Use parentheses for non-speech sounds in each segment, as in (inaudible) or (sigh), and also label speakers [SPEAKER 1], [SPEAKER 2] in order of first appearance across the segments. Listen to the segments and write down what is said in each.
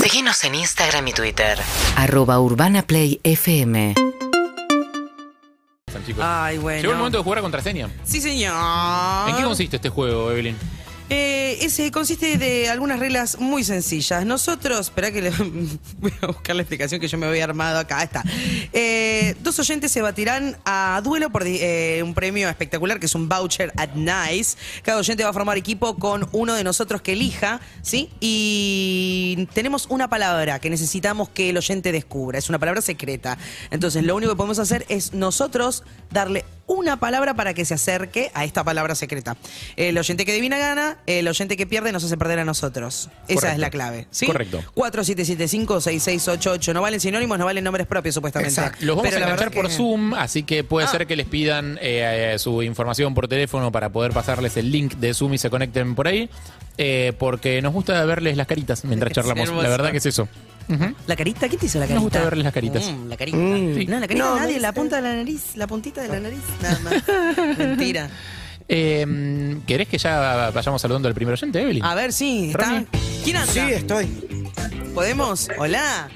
[SPEAKER 1] Seguinos en Instagram y Twitter.
[SPEAKER 2] Arroba Urbana Play FM.
[SPEAKER 3] San, chicos.
[SPEAKER 4] Ay, bueno. Ah.
[SPEAKER 3] Llegó el momento de jugar a contraseña.
[SPEAKER 4] Sí, señor.
[SPEAKER 3] ¿En qué consiste este juego, Evelyn?
[SPEAKER 4] Eh, ese consiste de algunas reglas muy sencillas. Nosotros, espera que le, (laughs) voy a buscar la explicación que yo me había armado acá. Está. Eh, dos oyentes se batirán a duelo por di- eh, un premio espectacular que es un voucher at Nice. Cada oyente va a formar equipo con uno de nosotros que elija, ¿sí? Y tenemos una palabra que necesitamos que el oyente descubra. Es una palabra secreta. Entonces, lo único que podemos hacer es nosotros darle una palabra para que se acerque a esta palabra secreta. El oyente que adivina gana, el oyente que pierde nos hace perder a nosotros. Esa
[SPEAKER 3] Correcto.
[SPEAKER 4] es la clave. ¿sí?
[SPEAKER 3] Correcto.
[SPEAKER 4] 4775-6688. No valen sinónimos, no valen nombres propios, supuestamente.
[SPEAKER 3] Los vamos
[SPEAKER 4] Pero
[SPEAKER 3] a
[SPEAKER 4] la
[SPEAKER 3] enganchar
[SPEAKER 4] verdad
[SPEAKER 3] por
[SPEAKER 4] que- Ah.
[SPEAKER 3] Zoom, así que puede ser que les pidan eh, eh, su información por teléfono para poder pasarles el link de Zoom y se conecten por ahí, eh, porque nos gusta verles las caritas mientras
[SPEAKER 4] Es
[SPEAKER 3] charlamos.
[SPEAKER 4] hermoso.
[SPEAKER 3] La verdad que es eso. Ujú.
[SPEAKER 4] ¿La carita? ¿Qué te hizo la carita?
[SPEAKER 3] Nos gusta verles las caritas.
[SPEAKER 4] Mm, la carita.
[SPEAKER 3] Sí.
[SPEAKER 4] No, la carita
[SPEAKER 5] No,
[SPEAKER 4] nadie,
[SPEAKER 5] no
[SPEAKER 4] la
[SPEAKER 5] está.
[SPEAKER 4] punta de la nariz, la puntita de la nariz, nada
[SPEAKER 3] (laughs)
[SPEAKER 4] más. Mentira.
[SPEAKER 3] Eh, ¿Querés que ya vayamos saludando al primer oyente, Evelyn?
[SPEAKER 4] A ver, sí, está.
[SPEAKER 3] Ronnie.
[SPEAKER 4] ¿Quién anda?
[SPEAKER 5] Sí, estoy.
[SPEAKER 4] ¿Podemos? Hola.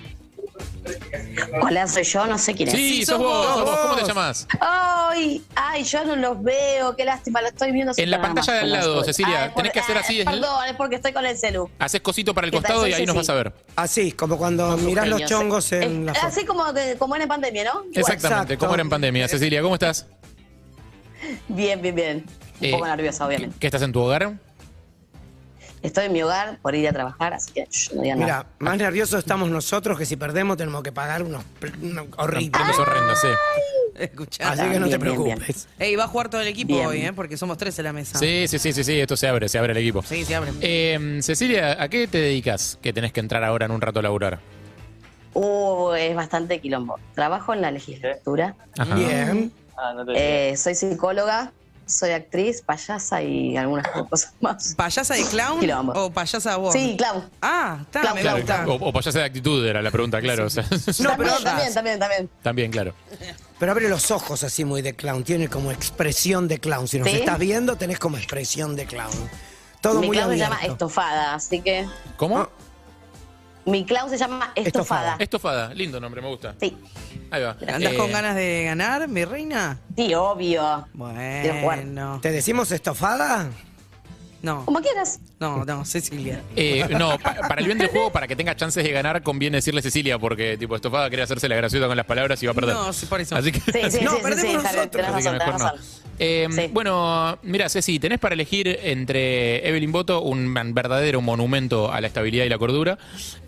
[SPEAKER 6] Hola, soy yo, no sé quién es.
[SPEAKER 3] sí,
[SPEAKER 4] Sí,
[SPEAKER 3] sos
[SPEAKER 4] sos
[SPEAKER 3] vos, sos
[SPEAKER 4] vos.
[SPEAKER 3] vos. ¿Cómo te llamás?
[SPEAKER 6] Ay, ay, yo no los veo, qué lástima, lo estoy viendo. sin
[SPEAKER 3] En la
[SPEAKER 6] programa,
[SPEAKER 3] pantalla de al
[SPEAKER 6] como
[SPEAKER 3] lado,
[SPEAKER 6] estoy.
[SPEAKER 3] Cecilia,
[SPEAKER 6] Ay,
[SPEAKER 3] tenés que hacer
[SPEAKER 6] ay,
[SPEAKER 3] así desde el-
[SPEAKER 6] Perdón, es porque estoy con el celu.
[SPEAKER 3] Haces cosito para el
[SPEAKER 6] ¿Qué tal?
[SPEAKER 3] costado
[SPEAKER 6] Soy
[SPEAKER 3] y ahí nos vas
[SPEAKER 6] Ceci.
[SPEAKER 3] a ver.
[SPEAKER 5] Así, como cuando mirás los
[SPEAKER 6] Genio,
[SPEAKER 5] chongos
[SPEAKER 6] sé.
[SPEAKER 5] en la
[SPEAKER 6] Es-
[SPEAKER 5] foto.
[SPEAKER 6] Así como, que- como era en pandemia, ¿no? Igual.
[SPEAKER 3] Exactamente,
[SPEAKER 5] Exacto.
[SPEAKER 3] como era en pandemia. Cecilia, ¿cómo estás?
[SPEAKER 6] Bien, bien, bien. Un
[SPEAKER 3] Eh,
[SPEAKER 6] poco nerviosa,
[SPEAKER 3] ¿Qué-
[SPEAKER 6] obviamente.
[SPEAKER 3] ¿Qué estás en tu hogar?
[SPEAKER 6] Estoy en mi hogar por ir a trabajar, así que shh, no digan nada.
[SPEAKER 5] Mira, más nerviosos estamos nosotros que si perdemos tenemos que pagar unos pl- unos horribles.
[SPEAKER 3] Prendas horrendas, sí.
[SPEAKER 4] Escuchá.
[SPEAKER 5] Así que no te
[SPEAKER 6] Ah, Bien, bien, bien.
[SPEAKER 5] preocupes.
[SPEAKER 4] Ey, va a jugar todo el equipo
[SPEAKER 6] Bien.
[SPEAKER 4] hoy, ¿eh? Porque somos tres en la mesa.
[SPEAKER 3] Sí, sí, sí, sí, sí, esto se abre, se abre el equipo.
[SPEAKER 4] Sí, se abren.
[SPEAKER 3] Eh, Cecilia, ¿a qué te dedicas que tenés que entrar ahora en un rato a laburar?
[SPEAKER 6] Uh, es bastante quilombo. Trabajo en la legislatura.
[SPEAKER 3] Ajá.
[SPEAKER 5] Bien.
[SPEAKER 6] eh, soy psicóloga, soy actriz, payasa y algunas cosas más.
[SPEAKER 4] ¿Payasa de clown
[SPEAKER 6] Quilombo.
[SPEAKER 4] o payasa vos?
[SPEAKER 6] Sí, claro.
[SPEAKER 4] Ah, está,
[SPEAKER 6] Clown.
[SPEAKER 4] me
[SPEAKER 6] Claro,
[SPEAKER 4] gusta.
[SPEAKER 3] O, o payasa de actitud era la pregunta, claro. o sea,
[SPEAKER 5] No,
[SPEAKER 6] también,
[SPEAKER 5] pero
[SPEAKER 6] también, también, también.
[SPEAKER 3] (laughs) también, claro.
[SPEAKER 5] Pero abre los ojos así muy de clown. Tiene como expresión de clown. Si nos
[SPEAKER 6] Sí.
[SPEAKER 5] estás viendo, tenés como expresión de clown. Todo
[SPEAKER 6] Mi
[SPEAKER 5] muy
[SPEAKER 6] clown se
[SPEAKER 5] abierto.
[SPEAKER 6] llama estofada, así que
[SPEAKER 3] ¿Cómo?
[SPEAKER 6] mi clown se llama
[SPEAKER 5] Estofada.
[SPEAKER 6] estofada.
[SPEAKER 3] Estofada, lindo nombre, me gusta.
[SPEAKER 6] Sí,
[SPEAKER 3] Ahí va.
[SPEAKER 4] ¿Andás
[SPEAKER 3] Eh,
[SPEAKER 4] con ganas de ganar, mi reina?
[SPEAKER 6] sí, obvio. jugar.
[SPEAKER 4] Bueno.
[SPEAKER 5] ¿Te decimos estofada?
[SPEAKER 4] No,
[SPEAKER 6] Como quieras.
[SPEAKER 4] no, no, Cecilia.
[SPEAKER 3] eh, no, pa- para el bien del juego, para que tenga chances de ganar, conviene decirle Cecilia, porque tipo estofada quiere hacerse la graciosa con las palabras y va a perder.
[SPEAKER 4] No, sí, por eso.
[SPEAKER 3] Ah, Así que, (laughs)
[SPEAKER 5] (laughs)
[SPEAKER 6] Sí, sí,
[SPEAKER 5] No,
[SPEAKER 6] sí, sí,
[SPEAKER 5] perdemos
[SPEAKER 6] sí,
[SPEAKER 5] nosotros.
[SPEAKER 6] Javier, tenés
[SPEAKER 3] así que
[SPEAKER 6] razón, tenés
[SPEAKER 3] mejor no.
[SPEAKER 6] razón.
[SPEAKER 3] Eh,
[SPEAKER 6] Sí.
[SPEAKER 3] Bueno, mira, Ceci, tenés para elegir entre Evelyn Boto, un man- verdadero monumento a la estabilidad y la cordura,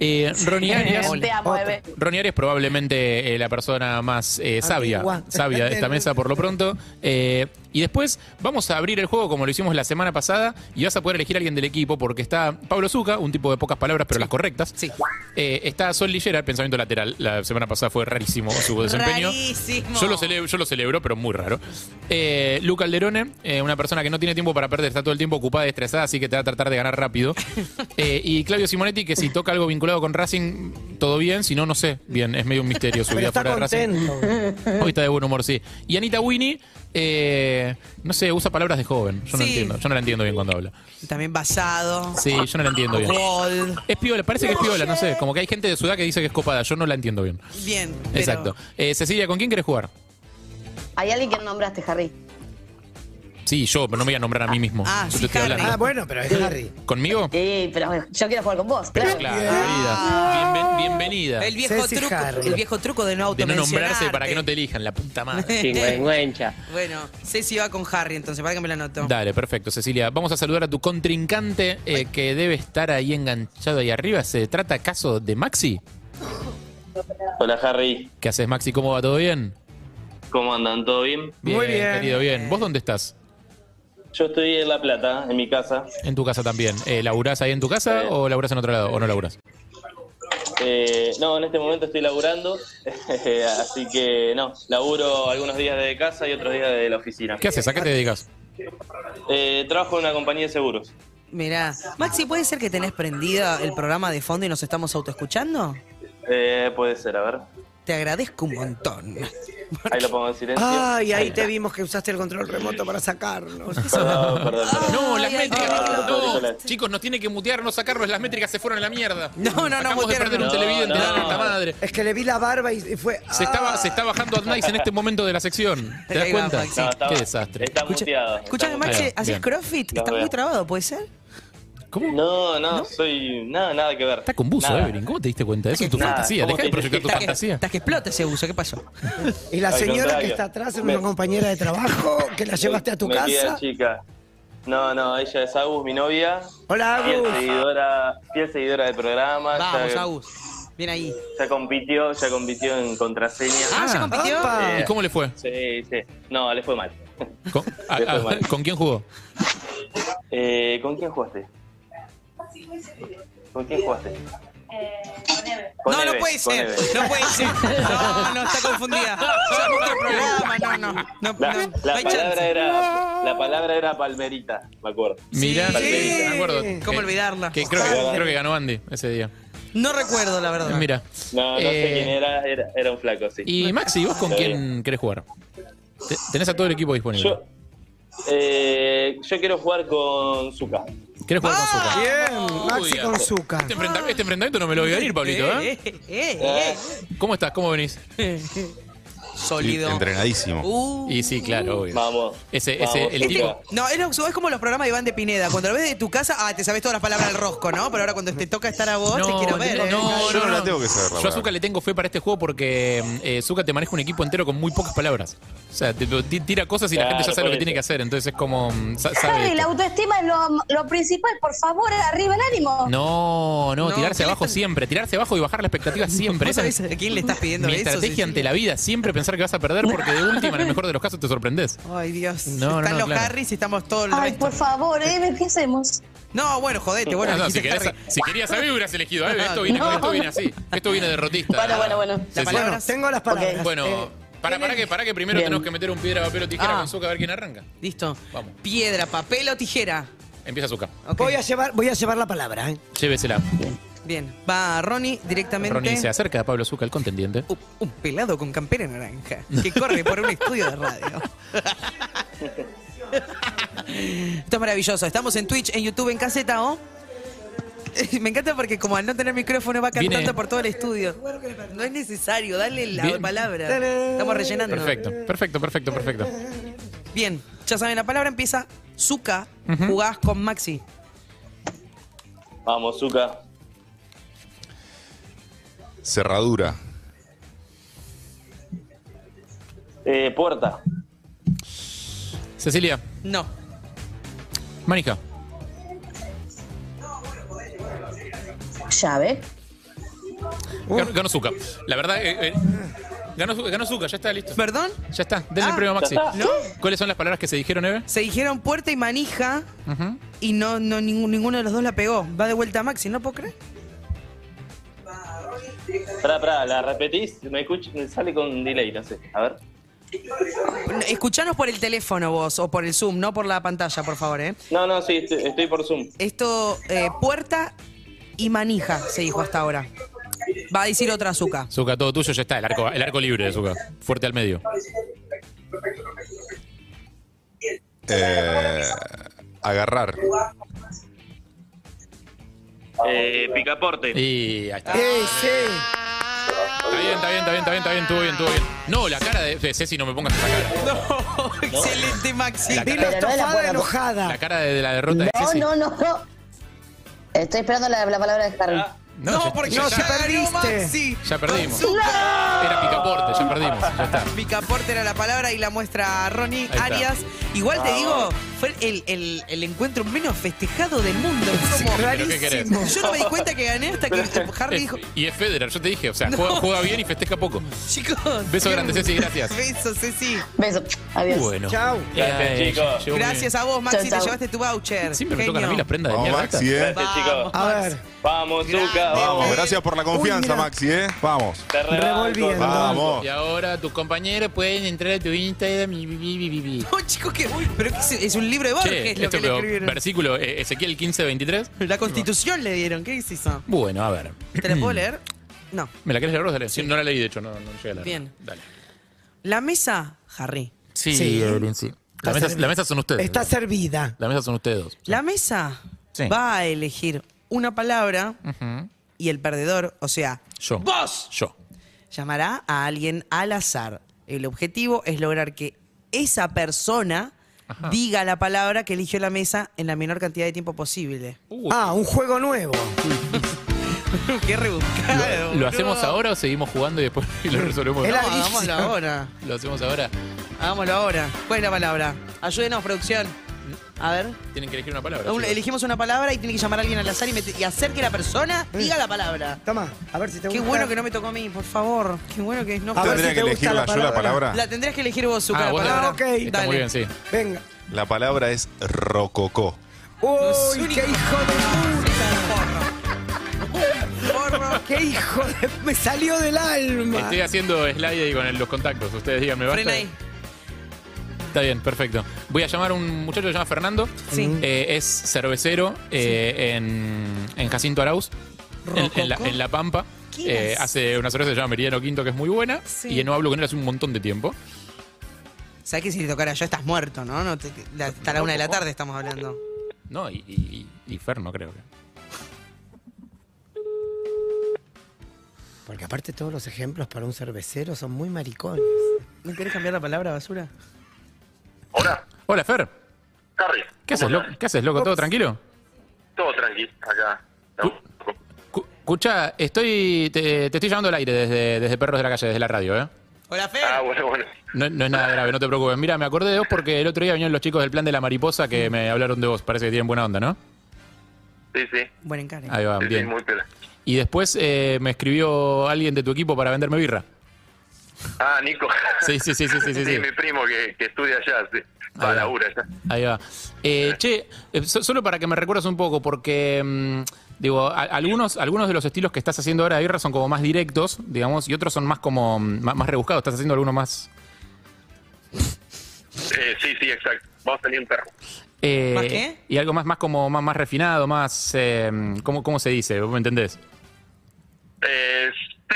[SPEAKER 3] eh, Ronnie
[SPEAKER 6] (laughs)
[SPEAKER 3] Arias.
[SPEAKER 6] Te amo,
[SPEAKER 5] Otro.
[SPEAKER 6] bebé.
[SPEAKER 3] Ronnie Arias probablemente eh, la persona más eh, sabia,
[SPEAKER 5] Antigua.
[SPEAKER 3] sabia de esta mesa por lo pronto. Eh, y después vamos a abrir el juego como lo hicimos la semana pasada y vas a poder elegir a alguien del equipo porque está Pablo Zuca, un tipo de pocas palabras pero las correctas.
[SPEAKER 4] Sí.
[SPEAKER 3] Eh, está Sol Lillera, el pensamiento lateral. La semana pasada fue rarísimo su desempeño.
[SPEAKER 4] Rarísimo.
[SPEAKER 3] Yo lo, celebro, yo lo celebro, pero muy raro. Eh, Luca Alderone, eh, una persona que no tiene tiempo para perder, está todo el tiempo ocupada y estresada, así que te va a tratar de ganar rápido. Eh, y Claudio Simonetti, que si toca algo vinculado con Racing, todo bien, si no, no sé. Bien, es medio un misterio su
[SPEAKER 5] Pero
[SPEAKER 3] vida
[SPEAKER 5] está
[SPEAKER 3] fuera de Racing.
[SPEAKER 5] contento.
[SPEAKER 3] Hoy está de buen humor, sí. Y Anita Winnie, eh, no sé, usa palabras de joven. Yo no
[SPEAKER 4] Sí.
[SPEAKER 3] entiendo, yo no la entiendo bien cuando habla.
[SPEAKER 4] También basado.
[SPEAKER 3] Sí, yo no la entiendo bien.
[SPEAKER 4] Gol.
[SPEAKER 3] Es piola, parece que es piola, no sé. Como que hay gente de su edad que dice que es copada, yo no la entiendo bien.
[SPEAKER 4] Bien. pero-
[SPEAKER 3] Exacto. Eh, Cecilia, ¿con quién querés jugar?
[SPEAKER 6] Hay alguien que nombraste, Harry.
[SPEAKER 3] Sí, yo, pero no me voy a nombrar a mí mismo.
[SPEAKER 4] Ah,
[SPEAKER 3] Yo
[SPEAKER 4] sí,
[SPEAKER 3] te estoy
[SPEAKER 4] Harry.
[SPEAKER 3] hablando.
[SPEAKER 5] Ah, bueno, pero es Harry.
[SPEAKER 3] ¿Conmigo?
[SPEAKER 6] Sí, pero yo quiero jugar con vos,
[SPEAKER 3] Pero
[SPEAKER 6] claro.
[SPEAKER 3] claro,
[SPEAKER 4] Ah.
[SPEAKER 3] querida. Bienven- bienvenida.
[SPEAKER 4] El viejo
[SPEAKER 5] Ceci
[SPEAKER 4] truco,
[SPEAKER 5] Harry.
[SPEAKER 4] el viejo truco de no
[SPEAKER 3] de no nombrarse para que no te
[SPEAKER 4] automencionarte.
[SPEAKER 3] elijan, la puta
[SPEAKER 4] (laughs)
[SPEAKER 3] madre.
[SPEAKER 4] Bueno, Ceci va con Harry, entonces, para que me la anoto.
[SPEAKER 3] Dale, perfecto, Cecilia. Vamos a saludar a tu contrincante eh, que debe estar ahí enganchado ahí arriba. ¿Se trata acaso de Maxi?
[SPEAKER 7] Hola Harry,
[SPEAKER 3] ¿Qué haces, Maxi? ¿Cómo va? ¿Todo bien?
[SPEAKER 7] ¿cómo andan? ¿Todo bien?
[SPEAKER 5] Muy bien.
[SPEAKER 3] Querido, bien. ¿Vos dónde estás?
[SPEAKER 7] Yo estoy en La Plata, en mi casa.
[SPEAKER 3] En tu casa también. Eh, ¿Laburás ahí en tu casa
[SPEAKER 7] Sí.
[SPEAKER 3] o laburás en otro lado? ¿O no laburás?
[SPEAKER 7] Eh, no, en este momento estoy laburando, (laughs) así que no, laburo algunos días de casa y otros días de la oficina.
[SPEAKER 3] ¿Qué haces? ¿A qué te dedicas?
[SPEAKER 7] Eh, trabajo en una compañía de seguros.
[SPEAKER 4] Mirá. Maxi, ¿puede ser que tenés prendida el programa de fondo y nos estamos autoescuchando?
[SPEAKER 7] Eh, puede ser, a ver.
[SPEAKER 4] Te agradezco un montón.
[SPEAKER 7] Ahí lo pongo en silencio.
[SPEAKER 5] Ay, ahí
[SPEAKER 7] está.
[SPEAKER 5] te vimos que usaste el control remoto para sacarnos.
[SPEAKER 7] Perdón, perdón,
[SPEAKER 3] (laughs)
[SPEAKER 7] perdón.
[SPEAKER 3] No, las
[SPEAKER 4] Ay, ay,
[SPEAKER 3] métricas.
[SPEAKER 7] ay,
[SPEAKER 3] no,
[SPEAKER 7] ay.
[SPEAKER 3] chicos, nos tiene que mutear, no sacarlos. Las métricas se fueron a la mierda.
[SPEAKER 4] No, no, no,
[SPEAKER 3] Acabamos de
[SPEAKER 4] mutearon.
[SPEAKER 3] perder un
[SPEAKER 7] No,
[SPEAKER 3] televidente,
[SPEAKER 7] no.
[SPEAKER 3] la puta madre.
[SPEAKER 5] Es que le vi la barba y y fue. ah.
[SPEAKER 3] Se, estaba, se está bajando Adnais en este momento de la sección. ¿Te das
[SPEAKER 4] Ahí va,
[SPEAKER 3] cuenta?
[SPEAKER 4] Maxi.
[SPEAKER 7] No, está-
[SPEAKER 3] Qué desastre.
[SPEAKER 7] Está muteado. está
[SPEAKER 4] Escuchame,
[SPEAKER 7] muteado.
[SPEAKER 4] Maxi,
[SPEAKER 3] Bien,
[SPEAKER 4] ¿hacías
[SPEAKER 3] bien.
[SPEAKER 4] CrossFit?
[SPEAKER 7] Lo
[SPEAKER 4] Está
[SPEAKER 7] veo.
[SPEAKER 4] muy trabado, ¿puede ser?
[SPEAKER 3] ¿Cómo?
[SPEAKER 7] No, no, soy. Nada, nada que ver.
[SPEAKER 3] Está eh, con buzo,
[SPEAKER 7] Nada.
[SPEAKER 3] Evelyn. ¿Cómo te diste cuenta de eso? Es tu
[SPEAKER 7] Nada,
[SPEAKER 3] fantasía.
[SPEAKER 7] ¿cómo
[SPEAKER 3] Deja de
[SPEAKER 7] te-
[SPEAKER 3] proyectar tu
[SPEAKER 4] Está que,
[SPEAKER 3] fantasía.
[SPEAKER 4] está que explota ese uso, ¿qué pasó?
[SPEAKER 7] Ah,
[SPEAKER 5] Y la
[SPEAKER 7] Al
[SPEAKER 5] señora que
[SPEAKER 7] contrario.
[SPEAKER 5] está atrás es
[SPEAKER 7] Me-
[SPEAKER 5] una compañera de trabajo que
[SPEAKER 8] (laughs)
[SPEAKER 5] la llevaste a tu
[SPEAKER 7] Me queda
[SPEAKER 5] casa.
[SPEAKER 7] chica. No, no, ella es Agus, mi novia.
[SPEAKER 5] Hola,
[SPEAKER 7] Fiel
[SPEAKER 5] Agus.
[SPEAKER 7] seguidora, fiel seguidora del programa.
[SPEAKER 4] Vamos,
[SPEAKER 7] ya,
[SPEAKER 4] Agus. Bien ahí.
[SPEAKER 7] ya compitió, ya compitió en contraseña.
[SPEAKER 4] Ah, ¿ya compitió?
[SPEAKER 5] Opa.
[SPEAKER 7] Eh,
[SPEAKER 3] ¿Y cómo le fue?
[SPEAKER 7] Sí, sí. No, le fue mal. (laughs)
[SPEAKER 3] ¿Con, a-
[SPEAKER 7] Le fue
[SPEAKER 3] a-
[SPEAKER 7] mal.
[SPEAKER 3] ¿con quién jugó?
[SPEAKER 7] Eh, ¿Con quién jugaste? ¿Con quién jugaste? Con
[SPEAKER 4] no, no
[SPEAKER 7] Eve,
[SPEAKER 4] puede
[SPEAKER 7] con
[SPEAKER 4] ser.
[SPEAKER 7] Eve.
[SPEAKER 4] No puede ser. No, no,
[SPEAKER 7] (laughs)
[SPEAKER 4] está confundida. Ya mostró el programa. No, no. No, no,
[SPEAKER 7] La,
[SPEAKER 4] no
[SPEAKER 7] la
[SPEAKER 4] hay
[SPEAKER 7] palabra
[SPEAKER 4] chance.
[SPEAKER 7] era, la palabra era palmerita, me acuerdo.
[SPEAKER 3] Mirá,
[SPEAKER 4] Sí.
[SPEAKER 3] me acuerdo.
[SPEAKER 4] ¿Cómo
[SPEAKER 3] Eh,
[SPEAKER 4] olvidarla?
[SPEAKER 3] Que creo, que creo que ganó Andy ese día.
[SPEAKER 4] No recuerdo, la verdad.
[SPEAKER 3] Mira.
[SPEAKER 7] No, no sé
[SPEAKER 3] Eh,
[SPEAKER 7] quién era, era, era un flaco, sí.
[SPEAKER 3] Y Maxi, ¿vos con
[SPEAKER 7] Está
[SPEAKER 3] quién querés jugar? Te- Tenés a todo el equipo disponible.
[SPEAKER 7] Yo, eh, yo quiero jugar con Zuka.
[SPEAKER 3] ¿Querés jugar con
[SPEAKER 4] Ah.
[SPEAKER 3] Zucca?
[SPEAKER 5] Bien, Maxi
[SPEAKER 3] Uy,
[SPEAKER 5] con Zucca.
[SPEAKER 3] Este, enfrenta- este enfrentamiento no me lo voy a ir, Pablito. ¿eh?
[SPEAKER 4] Eh, eh, eh,
[SPEAKER 3] ¿Cómo estás? ¿Cómo venís?
[SPEAKER 4] eh.
[SPEAKER 7] Ah.
[SPEAKER 4] Sólido.
[SPEAKER 9] Entrenadísimo.
[SPEAKER 4] Uh.
[SPEAKER 3] Y sí, claro, obvio.
[SPEAKER 7] Vamos.
[SPEAKER 3] Ese-
[SPEAKER 7] vamos,
[SPEAKER 3] ese- el
[SPEAKER 4] Este
[SPEAKER 7] Zucca.
[SPEAKER 3] tipo-
[SPEAKER 4] No, es, lo- es como los programas de Iván de Pineda. Cuando lo ves de tu casa, ah, te sabes todas las palabras del rosco, ¿no? Pero ahora cuando te toca estar a vos, te quiero ver. ¿eh?
[SPEAKER 9] Yo no la tengo que saber, la
[SPEAKER 3] Yo a
[SPEAKER 9] verdad.
[SPEAKER 3] Zucca le tengo fe para este juego porque eh, Zucca te maneja un equipo entero con muy pocas palabras. O sea, te- te tira cosas y la
[SPEAKER 7] Claro,
[SPEAKER 3] gente ya sabe lo que
[SPEAKER 7] por
[SPEAKER 3] tiene
[SPEAKER 7] eso.
[SPEAKER 3] que hacer. Entonces es como. mm, sa- sabe
[SPEAKER 10] Harry,
[SPEAKER 3] esto.
[SPEAKER 10] la autoestima es lo, lo principal, por favor, arriba el ánimo.
[SPEAKER 3] No, no,
[SPEAKER 4] No,
[SPEAKER 3] tirarse
[SPEAKER 4] ¿qué le
[SPEAKER 3] abajo
[SPEAKER 4] están-
[SPEAKER 3] siempre. Tirarse abajo y bajar la
[SPEAKER 4] (laughs)
[SPEAKER 3] expectativa siempre.
[SPEAKER 4] ¿Vos
[SPEAKER 3] Esa es
[SPEAKER 4] sabés a quién le estás pidiendo
[SPEAKER 3] mi
[SPEAKER 4] eso?
[SPEAKER 3] estrategia
[SPEAKER 4] Sí,
[SPEAKER 3] ante
[SPEAKER 4] sí.
[SPEAKER 3] la vida. Siempre pensar que vas a perder porque de última, en el mejor de los casos, te sorprendés.
[SPEAKER 4] Ay, Dios.
[SPEAKER 3] No,
[SPEAKER 4] Están
[SPEAKER 3] no,
[SPEAKER 4] los
[SPEAKER 3] claro.
[SPEAKER 4] Harris y estamos todos el
[SPEAKER 10] Ay,
[SPEAKER 4] resto.
[SPEAKER 10] por favor, Eve, ¿qué hacemos?
[SPEAKER 4] No, bueno, jodete. Bueno,
[SPEAKER 3] No, no, si, ah,
[SPEAKER 4] dijiste
[SPEAKER 3] querías,
[SPEAKER 4] Harry.
[SPEAKER 3] si querías saber, hubieras elegido.
[SPEAKER 4] (laughs)
[SPEAKER 3] eh, esto, viene, esto viene así. Esto viene derrotista.
[SPEAKER 6] Bueno, bueno, bueno.
[SPEAKER 3] Sí, sí.
[SPEAKER 5] Bueno, tengo las palabras.
[SPEAKER 3] Bueno, para, para, que, para que primero
[SPEAKER 6] Bien.
[SPEAKER 3] tenemos que meter un piedra, papel o tijera
[SPEAKER 4] Ah.
[SPEAKER 3] con Zucca a ver quién arranca.
[SPEAKER 4] Listo.
[SPEAKER 3] Vamos.
[SPEAKER 4] Piedra, papel o tijera.
[SPEAKER 3] Empieza Zucca.
[SPEAKER 4] Ok,
[SPEAKER 5] Voy, a llevar, voy a llevar la palabra, ¿eh?
[SPEAKER 3] Llévesela.
[SPEAKER 4] Bien. Va Ronnie directamente.
[SPEAKER 3] Ronnie se acerca a Pablo Zucca, el contendiente.
[SPEAKER 4] Un- un pelado con campera naranja que corre por un estudio de radio. Esto es maravilloso. Estamos en Twitch, en YouTube, en caseta o. (laughs) Me encanta porque como al no tener micrófono va
[SPEAKER 3] Viene-
[SPEAKER 4] cantando por todo el estudio. No es necesario, dale la
[SPEAKER 3] Bien.
[SPEAKER 4] palabra. Estamos rellenando.
[SPEAKER 3] Perfecto, perfecto, perfecto, perfecto.
[SPEAKER 4] Bien, ya saben, la palabra empieza. Zuka, jugás con Maxi.
[SPEAKER 7] Vamos, Zuka.
[SPEAKER 9] Cerradura.
[SPEAKER 7] Eh, puerta.
[SPEAKER 3] Cecilia,
[SPEAKER 4] No.
[SPEAKER 3] manija.
[SPEAKER 6] Llave.
[SPEAKER 3] Ganó, ganó Zucca. La verdad, eh, eh, ganó, Zucca, ganó Zucca, ya está listo.
[SPEAKER 4] ¿Perdón?
[SPEAKER 3] Ya está, denle el
[SPEAKER 4] Ah,
[SPEAKER 3] premio a Maxi.
[SPEAKER 7] ya está.
[SPEAKER 4] ¿No?
[SPEAKER 3] ¿Cuáles son las palabras que se dijeron, Eve?
[SPEAKER 4] Se dijeron puerta y manija
[SPEAKER 3] Ujú.
[SPEAKER 4] y no, no ningún- ninguno de los dos la pegó. Va de vuelta Maxi, ¿no puedo creer?
[SPEAKER 7] Pará, pará, la repetís. Me, escuch- me sale con delay, no sé. A ver.
[SPEAKER 4] Escuchanos por el teléfono vos o por el Zoom, no por la pantalla, por favor. ¿eh?
[SPEAKER 7] No, no, sí, estoy, estoy por Zoom.
[SPEAKER 4] Esto, eh, puerta y manija, se dijo hasta ahora. Va a decir otra (laughs) azúcar.
[SPEAKER 3] Zucca, todo tuyo, ya está. El arco, el arco libre de Zucca. Fuerte al medio.
[SPEAKER 9] Eh, agarrar.
[SPEAKER 7] Eh, picaporte.
[SPEAKER 3] Y ahí está.
[SPEAKER 5] ¡Ey, sí!
[SPEAKER 3] Está bien, está bien, está bien, está bien, está bien, estuvo bien, estuvo bien. No, la cara de, de Ceci, no me pongas esa cara.
[SPEAKER 4] Excelente, Maxi.
[SPEAKER 3] La
[SPEAKER 5] Dilo
[SPEAKER 3] cara,
[SPEAKER 6] Pero no es la
[SPEAKER 5] estofada
[SPEAKER 6] buena-
[SPEAKER 5] enojada.
[SPEAKER 3] la cara de, de la derrota de
[SPEAKER 6] No,
[SPEAKER 3] Ceci.
[SPEAKER 6] no, no, no. Estoy esperando la, la palabra de Harry.
[SPEAKER 3] No, ya- ya,
[SPEAKER 5] no,
[SPEAKER 3] ya-
[SPEAKER 5] se perdiste.
[SPEAKER 3] ya perdimos. Era picaporte, ya perdimos. Ya está.
[SPEAKER 4] Picaporte era la palabra y la muestra Ronnie
[SPEAKER 3] está.
[SPEAKER 4] Arias. Igual te digo, fue el, el- el encuentro menos festejado del mundo. Fue como-
[SPEAKER 3] ¿Pero qué querés?
[SPEAKER 4] yo no me di cuenta que gané hasta que Harry
[SPEAKER 3] (laughs)
[SPEAKER 4] dijo,
[SPEAKER 3] Es- y es Federer, yo te dije. O sea, juega,
[SPEAKER 4] No.
[SPEAKER 3] juega bien y festeja poco.
[SPEAKER 4] chicos.
[SPEAKER 3] Beso grande,
[SPEAKER 4] bien.
[SPEAKER 3] Ceci, gracias.
[SPEAKER 4] Beso, Ceci.
[SPEAKER 6] Beso. Adiós.
[SPEAKER 3] Bueno.
[SPEAKER 5] Chau.
[SPEAKER 7] Gracias,
[SPEAKER 3] Eh,
[SPEAKER 7] chicos.
[SPEAKER 3] llegó muy
[SPEAKER 4] Gracias a vos, Maxi,
[SPEAKER 6] Chao, chao.
[SPEAKER 4] te llevaste tu voucher.
[SPEAKER 3] bien. Siempre me
[SPEAKER 4] Genio.
[SPEAKER 3] tocan a mí
[SPEAKER 4] (laughs)
[SPEAKER 3] las prendas de
[SPEAKER 9] Vamos,
[SPEAKER 3] mierda.
[SPEAKER 9] Maxi,
[SPEAKER 3] estas.
[SPEAKER 9] eh.
[SPEAKER 7] Gracias, chicos.
[SPEAKER 5] A ver,
[SPEAKER 7] Vamos, Zuka,
[SPEAKER 4] Grande.
[SPEAKER 7] vamos.
[SPEAKER 9] Gracias por la confianza,
[SPEAKER 5] mira.
[SPEAKER 9] Maxi, ¿eh? Vamos.
[SPEAKER 7] Te rebanco.
[SPEAKER 5] Revolviendo.
[SPEAKER 9] Vamos.
[SPEAKER 3] Y ahora tus compañeros pueden entrar a tu Instagram y vi, vi, vi, vi, vi.
[SPEAKER 4] No, chicos, que. Pero que es, es un libro de Borges
[SPEAKER 3] Che,
[SPEAKER 4] lo
[SPEAKER 3] esto
[SPEAKER 4] que le
[SPEAKER 3] quedó-
[SPEAKER 4] escribieron.
[SPEAKER 3] versículo eh, Ezequiel 15, 23.
[SPEAKER 4] La constitución le dieron, ¿qué es eso?
[SPEAKER 3] Bueno, a ver.
[SPEAKER 4] ¿Te la puedo leer? No.
[SPEAKER 3] ¿Me la querés leer vos? Dale. Sí, No la leí, de hecho, no, no llegué a leer.
[SPEAKER 4] Bien.
[SPEAKER 3] Dale.
[SPEAKER 4] La mesa, Harry.
[SPEAKER 3] Sí,
[SPEAKER 5] Sí.
[SPEAKER 3] Evelyn, sí. La
[SPEAKER 5] Está
[SPEAKER 3] mesa,
[SPEAKER 5] servida.
[SPEAKER 3] la mesa son ustedes.
[SPEAKER 5] Está servida.
[SPEAKER 3] La mesa son ustedes dos.
[SPEAKER 4] La mesa
[SPEAKER 3] Sí.
[SPEAKER 4] va a elegir una palabra y el perdedor, o sea,
[SPEAKER 3] Yo.
[SPEAKER 4] vos,
[SPEAKER 3] Yo.
[SPEAKER 4] llamará a alguien al azar. El objetivo es lograr que esa persona diga la palabra que eligió la mesa en la menor cantidad de tiempo posible.
[SPEAKER 5] Ah, un juego nuevo.
[SPEAKER 4] Qué rebuscado.
[SPEAKER 3] ¿Lo hacemos ahora o seguimos jugando y después (laughs) lo resolvemos?
[SPEAKER 5] Es
[SPEAKER 4] No,
[SPEAKER 5] la-
[SPEAKER 4] hagámoslo ahora.
[SPEAKER 3] ¿Lo hacemos ahora?
[SPEAKER 4] Hagámoslo ahora. ¿Cuál es la palabra? Ayúdenos, producción. A ver.
[SPEAKER 3] Tienen que elegir una palabra.
[SPEAKER 4] Un-
[SPEAKER 3] chicos.
[SPEAKER 4] elegimos una palabra y tiene que llamar a alguien al azar y, mete- y hacer que la persona diga la palabra.
[SPEAKER 5] Toma, a ver si te
[SPEAKER 4] Qué
[SPEAKER 5] gusta.
[SPEAKER 4] bueno que no me tocó a mí, por favor. Qué bueno que no.
[SPEAKER 5] A ver
[SPEAKER 9] ¿Tendría
[SPEAKER 5] si
[SPEAKER 9] que
[SPEAKER 5] te gusta
[SPEAKER 9] elegirla
[SPEAKER 5] la
[SPEAKER 9] yo
[SPEAKER 5] palabra.
[SPEAKER 9] la palabra?
[SPEAKER 4] La tendrías que elegir vos, Zucca,
[SPEAKER 3] Ah,
[SPEAKER 4] la
[SPEAKER 3] vos
[SPEAKER 4] palabra.
[SPEAKER 5] tenés- Ah, ok.
[SPEAKER 3] Está
[SPEAKER 4] Dale.
[SPEAKER 3] muy bien, sí.
[SPEAKER 5] Venga.
[SPEAKER 9] La palabra es rococó.
[SPEAKER 5] ¡Uy, qué hijo de
[SPEAKER 3] (laughs)
[SPEAKER 4] Porro.
[SPEAKER 5] puta! ¡Qué hijo de... Me salió del alma.
[SPEAKER 3] Estoy haciendo slide y con el- los contactos. Ustedes díganme, ¿basta?
[SPEAKER 4] Frena ahí.
[SPEAKER 3] Está bien, perfecto. Voy a llamar a un muchacho que se llama Fernando.
[SPEAKER 4] Sí.
[SPEAKER 3] Eh, es cervecero eh, en, en Jacinto Arauz, en, en la, en La Pampa.
[SPEAKER 4] ¿Quién
[SPEAKER 3] Eh,
[SPEAKER 4] es?
[SPEAKER 3] hace una cerveza que se llama Meridiano Quinto, que es muy buena.
[SPEAKER 4] Sí.
[SPEAKER 3] Y no hablo con él hace un montón de tiempo.
[SPEAKER 4] Sabés que si le tocara yo estás muerto, ¿no? no te- la- hasta la una de la tarde estamos hablando.
[SPEAKER 3] No, y, y, y- y Fer no creo que.
[SPEAKER 5] Porque aparte todos los ejemplos para un cervecero son muy maricones.
[SPEAKER 4] ¿No querés cambiar la palabra basura?
[SPEAKER 11] Hola,
[SPEAKER 3] Hola, Fer.
[SPEAKER 11] Harry.
[SPEAKER 3] ¿Qué haces,
[SPEAKER 11] ¿Cómo
[SPEAKER 3] loco?
[SPEAKER 11] estás?
[SPEAKER 3] ¿Qué haces, loco? ¿Todo tranquilo?
[SPEAKER 11] Todo tranqui, acá. No.
[SPEAKER 3] Escucha, estoy, te, te estoy llamando al aire desde, desde Perros de la Calle, desde la radio, ¿eh?
[SPEAKER 4] Hola, Fer.
[SPEAKER 11] Ah, bueno, bueno.
[SPEAKER 3] No, no es nada grave, no te preocupes. Mira, me acordé de vos porque el otro día vinieron los chicos del plan de la mariposa que me hablaron de vos. Parece que tienen buena onda, ¿no?
[SPEAKER 11] Sí, sí.
[SPEAKER 4] Buen encare.
[SPEAKER 3] Ahí va,
[SPEAKER 11] Sí, sí,
[SPEAKER 3] bien.
[SPEAKER 11] muy piola.
[SPEAKER 3] Y después eh, me escribió alguien de tu equipo para venderme birra.
[SPEAKER 11] Ah, Nico.
[SPEAKER 3] Sí, sí, sí, sí,
[SPEAKER 11] (laughs)
[SPEAKER 3] sí, sí, sí.
[SPEAKER 11] mi primo que, que estudia allá, sí. Va,
[SPEAKER 3] Ahí va.
[SPEAKER 11] labura allá.
[SPEAKER 3] Ahí va. Eh, che, eh, so- solo para que me recuerdes un poco, porque mm, digo, a- algunos, algunos de los estilos que estás haciendo ahora de birra son como más directos, digamos, y otros son más como mm, más, más rebuscados. Estás haciendo alguno más.
[SPEAKER 11] Eh, sí, sí, exacto. Vamos a salir un perro.
[SPEAKER 3] eh,
[SPEAKER 4] ¿Más qué?
[SPEAKER 3] Y algo más, más como más, más refinado, más eh, ¿cómo, ¿cómo se dice? ¿Vos me entendés?
[SPEAKER 11] Eh,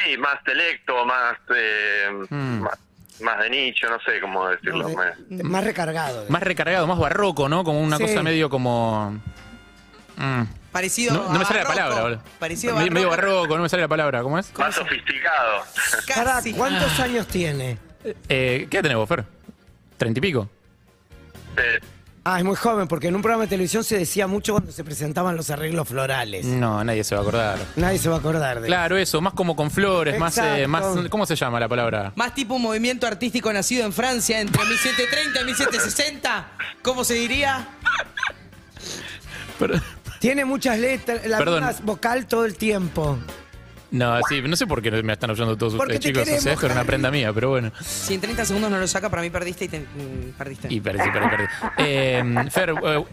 [SPEAKER 11] sí, más selecto, más, eh,
[SPEAKER 4] Mm.
[SPEAKER 11] más, más de nicho, no sé cómo decirlo. más-
[SPEAKER 5] De- Eh, Más recargado.
[SPEAKER 3] Más recargado, más barroco, ¿no? Como una
[SPEAKER 5] Sí.
[SPEAKER 3] cosa medio como. mm,
[SPEAKER 4] Parecido
[SPEAKER 3] No, no me sale la
[SPEAKER 4] a barroco.
[SPEAKER 3] palabra, boludo.
[SPEAKER 4] Parecido a
[SPEAKER 3] Me- Medio
[SPEAKER 4] barroco.
[SPEAKER 3] barroco, no me sale la palabra, ¿cómo es?
[SPEAKER 11] más sofisticado.
[SPEAKER 5] Pará,
[SPEAKER 4] Casi.
[SPEAKER 3] Ah.
[SPEAKER 5] ¿cuántos años tiene?
[SPEAKER 3] Eh, ¿Qué edad tenés vos, Fer? ¿Treinta y pico?
[SPEAKER 11] Eh,
[SPEAKER 5] Ah, es muy joven, porque en un programa de televisión se decía mucho cuando se presentaban los arreglos florales.
[SPEAKER 3] No, nadie se va a acordar.
[SPEAKER 5] Nadie se va a acordar de
[SPEAKER 3] Claro, eso, más como con flores, más, eh, más.
[SPEAKER 5] Exacto.
[SPEAKER 3] ¿Cómo se llama la palabra?
[SPEAKER 4] Más tipo un movimiento artístico nacido en Francia entre 1730 y 1760. ¿Cómo se diría?
[SPEAKER 5] Tiene muchas letras, la
[SPEAKER 3] Perdón.
[SPEAKER 5] misma vocal todo el tiempo.
[SPEAKER 3] No, sí, no sé por qué me están oyendo todos
[SPEAKER 5] Porque
[SPEAKER 3] ustedes, chicos.
[SPEAKER 5] te
[SPEAKER 3] O sea,
[SPEAKER 5] queremos,
[SPEAKER 3] esto era una prenda mía, pero bueno.
[SPEAKER 4] Si en 30 segundos no lo saca, para mí perdiste y te, mm, perdiste.
[SPEAKER 3] Y perdí, perdí, perdí. Eh, Fer, eh,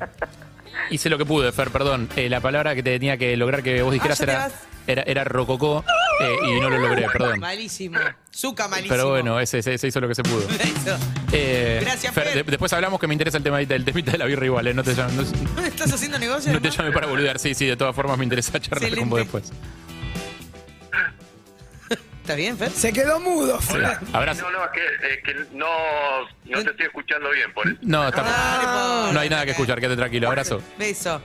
[SPEAKER 3] hice lo que pude, Fer, perdón. Eh, la palabra que tenía que lograr que vos dijeras
[SPEAKER 4] Ah, ya te
[SPEAKER 3] era,
[SPEAKER 4] vas.
[SPEAKER 3] era, era rococó eh, y no lo logré, perdón.
[SPEAKER 4] Malísimo. Zuka malísimo.
[SPEAKER 3] Pero
[SPEAKER 4] (laughs)
[SPEAKER 3] bueno, eh. ese, ese- se hizo lo que se pudo.
[SPEAKER 4] Eso.
[SPEAKER 3] Eh,
[SPEAKER 4] Gracias,
[SPEAKER 3] Fer,
[SPEAKER 4] Fer.
[SPEAKER 3] de- después hablamos que me interesa el tema del temita de la birra igual, eh, no te llamo- no-
[SPEAKER 4] ¿Estás haciendo negocios?
[SPEAKER 3] No te
[SPEAKER 4] hermano?
[SPEAKER 3] llame para boludear, sí, sí, de todas formas me interesa charlar con vos
[SPEAKER 4] Excelente.
[SPEAKER 3] después.
[SPEAKER 4] ¿Está bien, Fer?
[SPEAKER 5] Se quedó mudo.
[SPEAKER 3] Abrazo.
[SPEAKER 11] no, no, es que, es que no, no te estoy escuchando bien por eso. (laughs)
[SPEAKER 3] No, está,
[SPEAKER 4] Dale,
[SPEAKER 3] no hay nada que escuchar, quédate tranquilo. Abrazo.
[SPEAKER 4] pobre. Beso.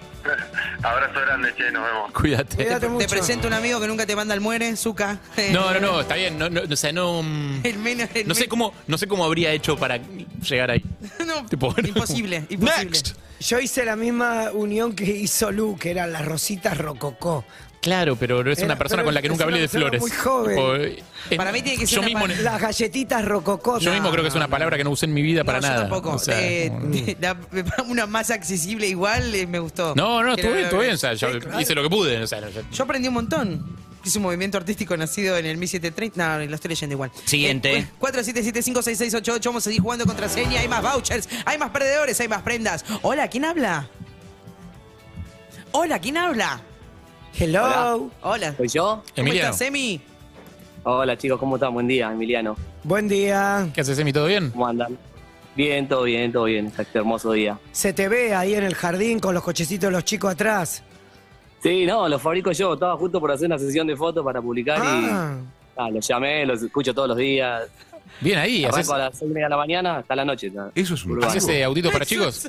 [SPEAKER 11] Abrazo grande, che, nos vemos.
[SPEAKER 5] Cuídate
[SPEAKER 3] Cuídate.
[SPEAKER 5] mucho.
[SPEAKER 4] Te presento un amigo que nunca te manda al muere, Zuka.
[SPEAKER 3] No, no, no, está bien. No, no, o sea, no. mm,
[SPEAKER 4] (laughs) El menos. el
[SPEAKER 3] No sé
[SPEAKER 4] menos-
[SPEAKER 3] cómo, no sé cómo habría hecho para llegar ahí.
[SPEAKER 4] (laughs) No,
[SPEAKER 3] Tipo, no.
[SPEAKER 4] imposible, imposible.
[SPEAKER 3] Next.
[SPEAKER 5] Yo hice la misma unión que hizo Lu, que eran las rositas rococó.
[SPEAKER 3] Claro, pero es una
[SPEAKER 5] Era-
[SPEAKER 3] persona
[SPEAKER 5] pero
[SPEAKER 3] con la que
[SPEAKER 5] es
[SPEAKER 3] nunca hablé
[SPEAKER 5] una
[SPEAKER 3] de
[SPEAKER 5] persona
[SPEAKER 3] flores.
[SPEAKER 5] muy joven.
[SPEAKER 3] Tipo, eh, es-
[SPEAKER 4] Para mí tiene que ser
[SPEAKER 3] yo
[SPEAKER 4] una
[SPEAKER 3] mismo,
[SPEAKER 4] pa-
[SPEAKER 3] ne-
[SPEAKER 5] Las galletitas rococó.
[SPEAKER 3] yo mismo creo que es una palabra que no usé en mi vida
[SPEAKER 4] No,
[SPEAKER 3] para
[SPEAKER 4] yo
[SPEAKER 3] nada.
[SPEAKER 4] tampoco.
[SPEAKER 3] O sea,
[SPEAKER 4] Eh,
[SPEAKER 3] como-
[SPEAKER 4] (laughs) la- una más accesible igual eh, me gustó.
[SPEAKER 3] no, no,
[SPEAKER 4] Quiero
[SPEAKER 3] estuvo bien,
[SPEAKER 4] ver-
[SPEAKER 3] estuvo bien. O sea, yo hice lo que pude. O sea, no-
[SPEAKER 4] Yo aprendí un montón. Hice un movimiento artístico nacido en el 1730. No, lo estoy leyendo igual. Eh,
[SPEAKER 1] Siguiente.
[SPEAKER 4] 47756688. Vamos a seguir jugando contraseña. Hay más vouchers, hay más perdedores, hay más prendas. Hola, ¿quién habla? Hola, ¿quién habla?
[SPEAKER 5] Hello.
[SPEAKER 4] Hola. ¿Cómo
[SPEAKER 8] yo?
[SPEAKER 3] Emiliano,
[SPEAKER 4] estás, Emi?
[SPEAKER 8] Hola chicos, ¿cómo están? Buen día, Emiliano.
[SPEAKER 5] Buen día.
[SPEAKER 3] ¿qué haces, Emi? ¿Todo bien?
[SPEAKER 8] ¿Cómo andan? Bien, todo bien, todo bien. Este hermoso día.
[SPEAKER 5] Se te ve ahí en el jardín con los cochecitos de los chicos atrás.
[SPEAKER 8] Sí, no, los fabrico yo. Estaba justo por hacer una sesión de fotos para publicar
[SPEAKER 5] Ah.
[SPEAKER 8] y. Ah, los llamé, los escucho todos los días.
[SPEAKER 3] Bien ahí,
[SPEAKER 8] Arranco
[SPEAKER 3] haces-
[SPEAKER 8] a las 6 de la mañana hasta la noche.
[SPEAKER 12] Eso es un
[SPEAKER 3] ¿Haces eh, autitos
[SPEAKER 8] (laughs)
[SPEAKER 3] para chicos?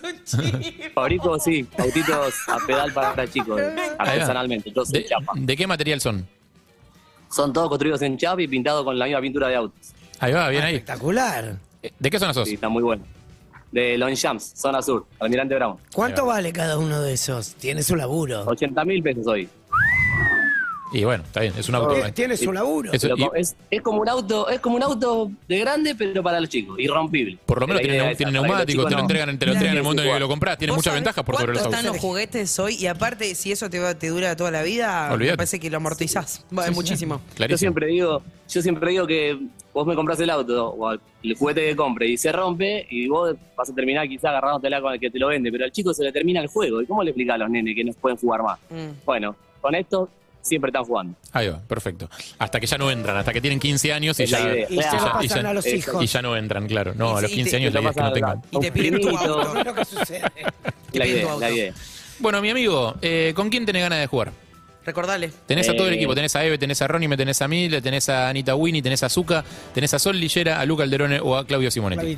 [SPEAKER 8] Fabrico, sí, autitos a pedal para chicos, artesanalmente, todos en chapa.
[SPEAKER 3] ¿De qué material son?
[SPEAKER 8] Son todos construidos en chapa y pintados con la misma pintura de autos.
[SPEAKER 3] Ahí va, bien ahí. Eh,
[SPEAKER 5] Espectacular.
[SPEAKER 3] ¿De qué zona sos?
[SPEAKER 8] Ah, Sí, está muy bueno. De Longchamps, zona sur, Almirante Brown.
[SPEAKER 5] ¿Cuánto vale cada uno de esos? Tiene su laburo.
[SPEAKER 8] 80 mil pesos hoy.
[SPEAKER 3] Y bueno, está bien, es un auto.
[SPEAKER 5] Tiene- Tiene su laburo.
[SPEAKER 3] Eso,
[SPEAKER 8] Pero eh,
[SPEAKER 3] y-
[SPEAKER 8] co- es, es como un auto, es como un auto de grande, pero para los chicos, irrompible.
[SPEAKER 3] Por lo menos
[SPEAKER 8] La
[SPEAKER 3] tiene,
[SPEAKER 8] idea
[SPEAKER 3] neu-
[SPEAKER 8] esa,
[SPEAKER 3] tiene
[SPEAKER 8] para que los
[SPEAKER 3] neumáticos,
[SPEAKER 8] chicos
[SPEAKER 3] te lo
[SPEAKER 8] no-
[SPEAKER 3] entregan, te lo entregan en el momento en que lo compras, tiene
[SPEAKER 4] ¿Vos
[SPEAKER 3] muchas
[SPEAKER 4] sabés
[SPEAKER 3] ventajas por sobre los
[SPEAKER 4] cuánto
[SPEAKER 3] autos.
[SPEAKER 4] están los juguetes hoy? Y aparte, si eso te, va- te dura toda la vida,
[SPEAKER 3] Olvídate.
[SPEAKER 4] me parece que lo amortizás. Vale, muchísimo.
[SPEAKER 8] Yo siempre digo, yo siempre digo que vos me compras el auto o el juguete que compre y se rompe y vos vas a terminar quizás agarrándotela con el que te lo vende, pero al chico se le termina el juego. ¿Y cómo le explicás a los nenes que no pueden jugar más?
[SPEAKER 4] Mm.
[SPEAKER 8] Bueno, con esto siempre están jugando.
[SPEAKER 3] Ahí va, perfecto. Hasta que ya no entran, hasta que tienen 15 años y
[SPEAKER 8] Es la
[SPEAKER 3] ya,
[SPEAKER 8] idea. Y se lo
[SPEAKER 3] y
[SPEAKER 8] pasan a los
[SPEAKER 3] y
[SPEAKER 8] hijos.
[SPEAKER 3] Y ya no entran, claro. No, a los
[SPEAKER 8] Y te-
[SPEAKER 3] 15 años
[SPEAKER 8] te
[SPEAKER 3] la
[SPEAKER 8] lo
[SPEAKER 3] idea es que no
[SPEAKER 8] pasan a
[SPEAKER 3] tengan.
[SPEAKER 8] la- Y te piden tu auto,
[SPEAKER 5] es lo que sucede.
[SPEAKER 3] La
[SPEAKER 8] piden tu idea, la auto. idea.
[SPEAKER 3] Bueno, mi amigo, eh, ¿con quién tenés ganas de jugar?
[SPEAKER 4] Recordale.
[SPEAKER 3] Tenés a todo el
[SPEAKER 8] Eh.
[SPEAKER 3] equipo, tenés a Eve, tenés a Ronnie, me tenés a mí, le tenés a Anita Winnie, tenés a Zuka, tenés a Sol Lillera, a Luca Alderone o a Claudio Simonetti.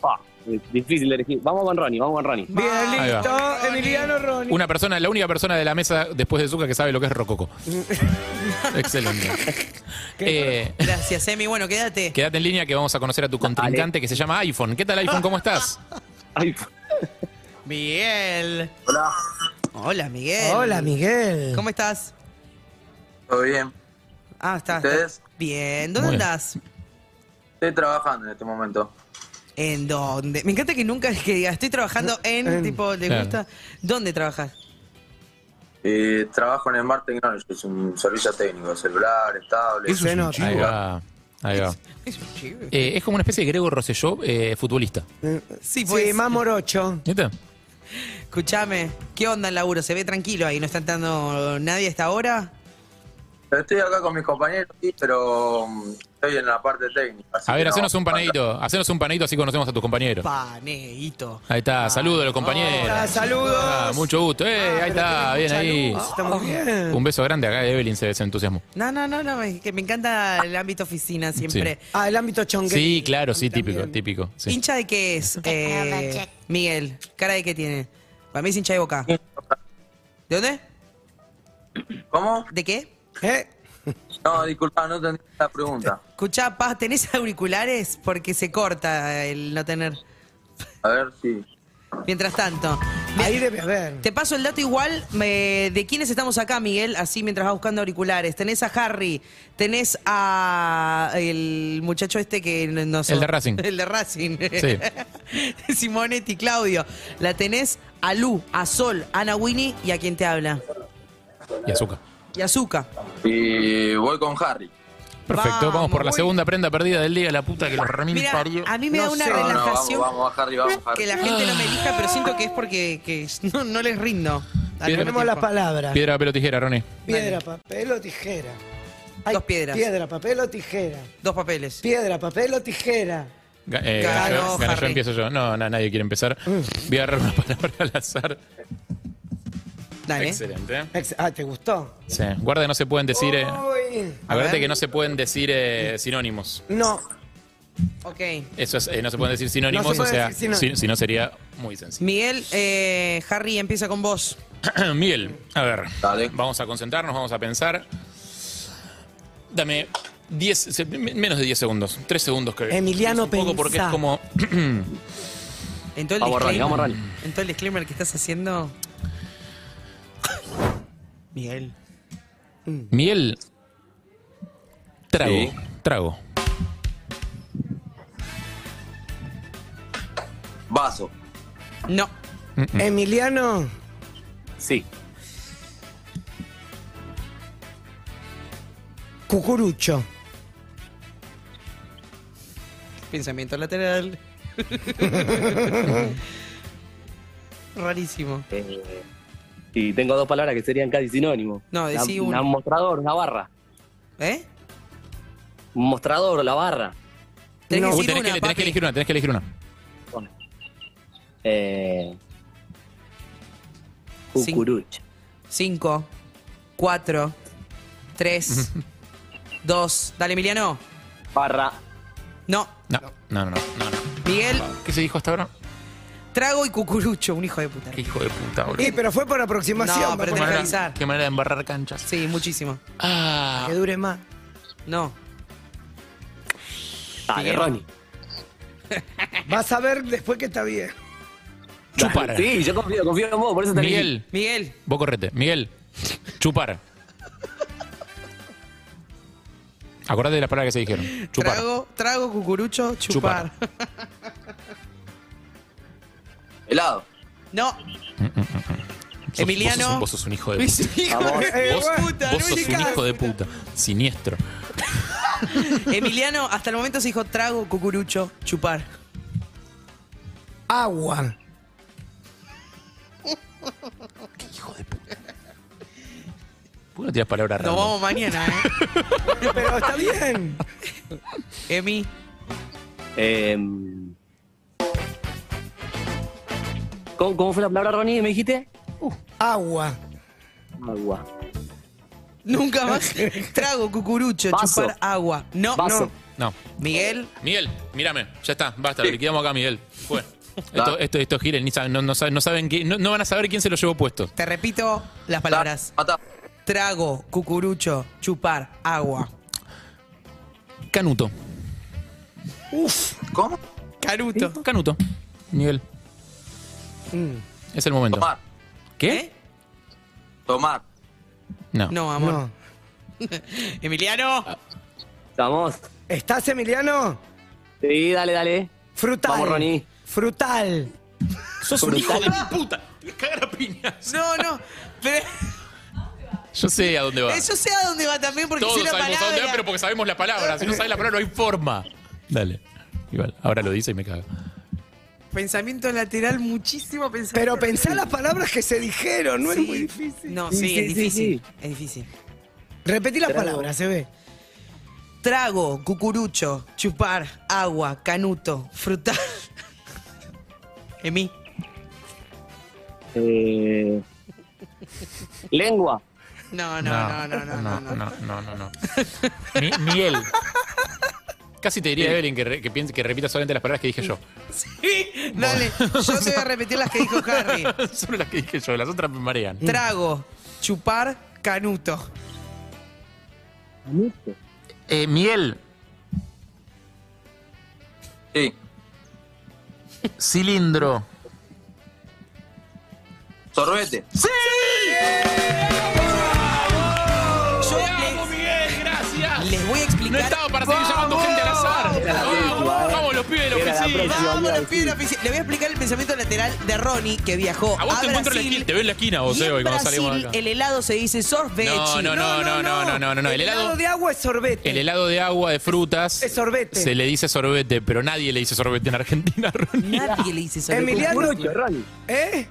[SPEAKER 8] Pa, es difícil de elegir. Vamos con Ronnie, vamos con (laughs) Ronnie.
[SPEAKER 5] Bien,
[SPEAKER 3] Ahí va.
[SPEAKER 5] listo. Emiliano Ronnie.
[SPEAKER 3] Una persona, la única persona de la mesa después de Zuka que sabe lo que es Rococo. Excelente. Eh,
[SPEAKER 4] Gracias, Emi. Bueno, quédate.
[SPEAKER 3] Quédate en línea que vamos a conocer a tu contrincante que se llama iPhone. ¿Qué tal iPhone? ¿Cómo estás?
[SPEAKER 4] Miguel. Hola. Hola, Miguel.
[SPEAKER 5] Hola, Miguel.
[SPEAKER 4] ¿Cómo estás?
[SPEAKER 13] Todo bien.
[SPEAKER 4] Ah, estás.
[SPEAKER 13] ¿Ustedes?
[SPEAKER 4] Bien. ¿Dónde
[SPEAKER 13] Muy bien.
[SPEAKER 4] andás?
[SPEAKER 13] Estoy trabajando en este momento.
[SPEAKER 4] ¿En dónde? Me encanta que nunca es que digas, estoy trabajando en,
[SPEAKER 13] En.
[SPEAKER 4] tipo, ¿le
[SPEAKER 13] Claro.
[SPEAKER 4] gusta? ¿Dónde trabajas?
[SPEAKER 13] Eh, trabajo en Smart Technology, es un servicio técnico, celular, estable.
[SPEAKER 5] Eso es un
[SPEAKER 3] Ahí va. Ahí va. Eh, es como una especie de Grego Rosselló eh, futbolista.
[SPEAKER 4] Sí, pues.
[SPEAKER 5] más morocho.
[SPEAKER 3] ¿Neta?
[SPEAKER 4] Escuchame, ¿qué onda el laburo? ¿Se ve tranquilo ahí? ¿No está entrando nadie hasta ahora?
[SPEAKER 13] Estoy acá con mis compañeros, sí, pero mm, estoy en la parte técnica. así
[SPEAKER 3] A
[SPEAKER 13] que
[SPEAKER 3] ver,
[SPEAKER 13] no.
[SPEAKER 3] hacenos un panadito. Hacenos un panadito así conocemos a tus compañeros.
[SPEAKER 4] Paneito.
[SPEAKER 3] Ahí está, saludos a los compañeros.
[SPEAKER 5] Hola, saludos.
[SPEAKER 3] Ah, mucho gusto. Eh, ahí está, bien ahí.
[SPEAKER 5] Está muy bien.
[SPEAKER 3] Un beso grande acá, Evelyn se, se entusiasmó.
[SPEAKER 4] No, no, no, no, es que me encanta el ámbito oficina siempre.
[SPEAKER 5] Ah, el ámbito chongue.
[SPEAKER 3] Sí, claro, sí, típico, típico. sí.
[SPEAKER 4] ¿Hincha de qué es, eh, Miguel? ¿Cara de qué tiene? Para mí es hincha de boca. ¿De dónde?
[SPEAKER 13] ¿Cómo?
[SPEAKER 4] ¿De qué?
[SPEAKER 5] ¿Eh?
[SPEAKER 13] No, disculpa, no entendí la pregunta.
[SPEAKER 4] Escuchá, Paz, ¿tenés auriculares? Porque se corta el no tener.
[SPEAKER 13] A ver si.
[SPEAKER 4] Mientras tanto. Ahí
[SPEAKER 5] debe haber.
[SPEAKER 4] Te paso el dato igual me- de quiénes estamos acá, Miguel, así mientras vas buscando auriculares. Tenés a Harry, tenés a el muchacho este que no- no sé.
[SPEAKER 3] El de Racing.
[SPEAKER 4] (laughs) El de Racing. (laughs) Simonetti, Claudio. La tenés a Lu, a Sol, a Ana Winnie y a quien te habla.
[SPEAKER 3] Y azúcar.
[SPEAKER 4] Y a Zuka.
[SPEAKER 13] Y voy con Harry.
[SPEAKER 3] Perfecto, vamos, por la
[SPEAKER 4] Vamos,
[SPEAKER 3] segunda prenda perdida del día, la puta que los remil
[SPEAKER 4] Mira,
[SPEAKER 3] parió.
[SPEAKER 4] a mí me da una
[SPEAKER 13] No, no, vamos,
[SPEAKER 4] relajación
[SPEAKER 13] vamos, vamos, Harry, vamos, Harry.
[SPEAKER 4] que la gente
[SPEAKER 3] Ah.
[SPEAKER 4] no me elija, pero siento que es porque que no, no les rindo. al
[SPEAKER 3] Piedra-
[SPEAKER 4] mismo
[SPEAKER 5] Tenemos las
[SPEAKER 4] tiempo.
[SPEAKER 5] palabras.
[SPEAKER 3] Piedra, papel o tijera, Ronnie.
[SPEAKER 5] Piedra, papel o tijera.
[SPEAKER 4] Dos piedras.
[SPEAKER 5] Piedra, papel o tijera.
[SPEAKER 4] Dos papeles.
[SPEAKER 5] Piedra, papel o tijera.
[SPEAKER 3] Ga- eh,
[SPEAKER 5] Ganó
[SPEAKER 3] gana yo, gana yo,
[SPEAKER 5] Harry.
[SPEAKER 3] empiezo yo. No, na- nadie quiere empezar.
[SPEAKER 4] Mm.
[SPEAKER 3] Voy a agarrar una (laughs) palabra al azar.
[SPEAKER 4] Dale.
[SPEAKER 3] Excelente.
[SPEAKER 5] Ex- Ah, ¿te gustó?
[SPEAKER 3] Sí, guarda que no se pueden decir. Eh,
[SPEAKER 4] Oh,
[SPEAKER 5] Uy.
[SPEAKER 3] acuérdate que no se pueden decir eh, sinónimos.
[SPEAKER 5] No.
[SPEAKER 4] Ok.
[SPEAKER 3] Eso es, eh, no se pueden decir sinónimos,
[SPEAKER 4] No se
[SPEAKER 3] o
[SPEAKER 4] puede
[SPEAKER 3] sea,
[SPEAKER 4] decir
[SPEAKER 3] si,
[SPEAKER 4] sinónimo.
[SPEAKER 3] si no sería muy sencillo.
[SPEAKER 4] Miguel, eh, Harry empieza con vos.
[SPEAKER 3] (clears throat) Miguel, a ver. Vamos a concentrarnos, vamos a pensar. Dame 10, se- me- menos de 10 segundos. 3 segundos que.
[SPEAKER 5] Emiliano,
[SPEAKER 3] un poco porque es
[SPEAKER 5] pensá.
[SPEAKER 3] como.
[SPEAKER 4] En todo
[SPEAKER 3] Vamos,
[SPEAKER 4] el
[SPEAKER 3] Ronnie,
[SPEAKER 4] disclaimer,
[SPEAKER 3] vamos, Ronnie.
[SPEAKER 4] En todo el disclaimer que estás haciendo. Miguel.
[SPEAKER 3] Miguel. Trago.
[SPEAKER 13] Sí.
[SPEAKER 3] Trago.
[SPEAKER 13] Vaso.
[SPEAKER 4] No.
[SPEAKER 5] Emiliano.
[SPEAKER 8] Sí.
[SPEAKER 5] Cucurucho.
[SPEAKER 3] (laughs)
[SPEAKER 4] Pensamiento lateral. Rarísimo.
[SPEAKER 8] Eh, y tengo dos palabras que serían casi sinónimos.
[SPEAKER 4] No, decí una.
[SPEAKER 8] Una- Un mostrador, una barra.
[SPEAKER 4] ¿Eh?
[SPEAKER 8] Un mostrador, la barra.
[SPEAKER 4] Tenés
[SPEAKER 3] Uy, tenés, que, tenés que elegir una, tenés que elegir una.
[SPEAKER 8] Eh, cucurucho.
[SPEAKER 4] Cinco, 4, 3,
[SPEAKER 3] (laughs)
[SPEAKER 4] 2. Dale, Emiliano.
[SPEAKER 8] Barra.
[SPEAKER 4] No.
[SPEAKER 3] No, no, no, no. no.
[SPEAKER 4] Miguel.
[SPEAKER 3] ¿Qué se dijo hasta ahora?
[SPEAKER 4] Trago y cucurucho, un hijo de puta.
[SPEAKER 3] Qué hijo de puta, boludo.
[SPEAKER 5] Sí, pero fue por aproximación.
[SPEAKER 4] No, pero
[SPEAKER 5] por
[SPEAKER 4] tenés que
[SPEAKER 5] favor.
[SPEAKER 4] avisar.
[SPEAKER 3] Qué manera de embarrar canchas.
[SPEAKER 4] Sí, muchísimo.
[SPEAKER 3] Ah,
[SPEAKER 5] Que dure más.
[SPEAKER 4] No.
[SPEAKER 8] Dale,
[SPEAKER 4] Bien.
[SPEAKER 8] Ronnie.
[SPEAKER 5] Vas a ver después que está bien.
[SPEAKER 3] chupar.
[SPEAKER 8] Sí, yo confío, confío en vos, por eso te elegí.
[SPEAKER 3] Miguel,
[SPEAKER 4] Miguel.
[SPEAKER 3] vos correte. Miguel, chupar. Acordate de las palabras que se dijeron. Chupar.
[SPEAKER 4] Trago, trago, cucurucho, chupar.
[SPEAKER 8] Helado.
[SPEAKER 4] No.
[SPEAKER 3] Sos-
[SPEAKER 4] Emiliano.
[SPEAKER 3] Vos sos, un, vos sos un hijo de
[SPEAKER 4] Mis
[SPEAKER 3] puta.
[SPEAKER 4] hijos
[SPEAKER 8] Vamos.
[SPEAKER 4] de
[SPEAKER 5] (laughs) Eh,
[SPEAKER 3] Vos,
[SPEAKER 4] puta,
[SPEAKER 3] vos
[SPEAKER 4] no
[SPEAKER 3] sos un
[SPEAKER 4] ubicás.
[SPEAKER 3] hijo de puta. Siniestro.
[SPEAKER 4] Emiliano, hasta el momento se dijo trago, cucurucho, chupar.
[SPEAKER 5] Agua.
[SPEAKER 3] ¿Por qué no tirás palabras
[SPEAKER 4] Nos
[SPEAKER 3] raras?
[SPEAKER 4] vamos mañana,
[SPEAKER 3] (laughs)
[SPEAKER 5] Pero está bien.
[SPEAKER 4] ¿eh? Emi.
[SPEAKER 8] Eh, ¿cómo, cómo fue la palabra, Ronnie? ¿Me dijiste?
[SPEAKER 5] Agua.
[SPEAKER 8] Agua.
[SPEAKER 3] (laughs)
[SPEAKER 4] Nunca más. Trago, cucurucho,
[SPEAKER 8] Vaso.
[SPEAKER 4] chupar agua. No,
[SPEAKER 8] Vaso.
[SPEAKER 4] no.
[SPEAKER 3] No.
[SPEAKER 4] Miguel,
[SPEAKER 3] Miguel, mírame. Ya está, basta. Lo liquidamos acá, Miguel. Fue. Esto,
[SPEAKER 8] Da.
[SPEAKER 3] esto, esto gira, ni saben- no, no saben, no saben quién- no- no van a saber quién se lo llevó puesto.
[SPEAKER 4] te repito las palabras.
[SPEAKER 13] Mata.
[SPEAKER 4] Trago, cucurucho, chupar, agua.
[SPEAKER 3] Canuto.
[SPEAKER 5] Uf.
[SPEAKER 13] ¿Cómo?
[SPEAKER 4] Caruto.
[SPEAKER 3] Canuto. Miguel. Es el momento.
[SPEAKER 13] Tomar.
[SPEAKER 3] ¿Qué?
[SPEAKER 13] Tomar.
[SPEAKER 3] No.
[SPEAKER 4] No, amor.
[SPEAKER 5] No.
[SPEAKER 4] Emiliano.
[SPEAKER 8] ¿Estamos?
[SPEAKER 5] ¿Estás, Emiliano?
[SPEAKER 8] Sí, dale, dale.
[SPEAKER 5] Frutal.
[SPEAKER 8] Vamos, Ronnie.
[SPEAKER 5] Frutal.
[SPEAKER 3] Sos un hijo de mi puta. Me cagar a piñas.
[SPEAKER 4] No, no. Pero
[SPEAKER 3] Yo sé a dónde va.
[SPEAKER 4] eso sé a dónde va también porque
[SPEAKER 3] Ah. Todos
[SPEAKER 4] sé la
[SPEAKER 3] sabemos a dónde
[SPEAKER 4] palabra.
[SPEAKER 3] va, pero porque sabemos la palabra. Si no sabes la palabra, no hay forma. Dale. Igual, ahora lo dice y me cago.
[SPEAKER 4] Pensamiento lateral, muchísimo pensamiento.
[SPEAKER 5] Pero pensá las palabras que se dijeron, no es muy difícil.
[SPEAKER 4] No, sí,
[SPEAKER 8] Sí, sí,
[SPEAKER 4] es
[SPEAKER 8] sí,
[SPEAKER 4] difícil. Es difícil.
[SPEAKER 5] Repetí las palabras, se ve.
[SPEAKER 4] Trago, cucurucho, chupar, agua, canuto, frutal. Emi.
[SPEAKER 8] Eh, lengua.
[SPEAKER 4] No, no, no, no, no, no. no,
[SPEAKER 3] no, no, no. Mi- Miel. Casi te diría, Evelyn, que, re- que, piense- que repita solamente las palabras que dije yo.
[SPEAKER 4] Sí, dale. Yo te voy a repetir las que dijo (laughs) Harry.
[SPEAKER 3] (laughs) Solo las que dije yo, las otras me marean.
[SPEAKER 4] Trago, chupar, canuto.
[SPEAKER 3] Eh, miel.
[SPEAKER 13] Sí.
[SPEAKER 3] Cilindro.
[SPEAKER 13] Sorbete.
[SPEAKER 4] Yo les,
[SPEAKER 3] Miguel, gracias.
[SPEAKER 4] les voy a explicar.
[SPEAKER 3] No estaba para seguir llamando gente al azar. Vamos, vamos, los pibes de la
[SPEAKER 8] Era la
[SPEAKER 3] oficina.
[SPEAKER 8] próxima.
[SPEAKER 4] Vamos, los pibes de la oficina. Le voy a explicar el pensamiento lateral de Ronnie que viajó.
[SPEAKER 3] A vos te encuentro en la esquina, te veo en la esquina vos,
[SPEAKER 4] y
[SPEAKER 3] eh,
[SPEAKER 4] en
[SPEAKER 3] hoy cuando
[SPEAKER 4] Brasil,
[SPEAKER 3] salimos de acá.
[SPEAKER 4] El helado se dice sorbechi.
[SPEAKER 3] No, no, no, no, no, no, no, no, El helado,
[SPEAKER 5] de agua es sorbete.
[SPEAKER 3] el helado de agua de frutas.
[SPEAKER 5] Es sorbete.
[SPEAKER 3] Se le dice sorbete, pero nadie le dice sorbete en Argentina, (laughs) Ronnie.
[SPEAKER 4] Nadie le dice sorbechi.
[SPEAKER 5] Emiliano.
[SPEAKER 8] Cucurucho, Ronnie.
[SPEAKER 5] ¿Eh?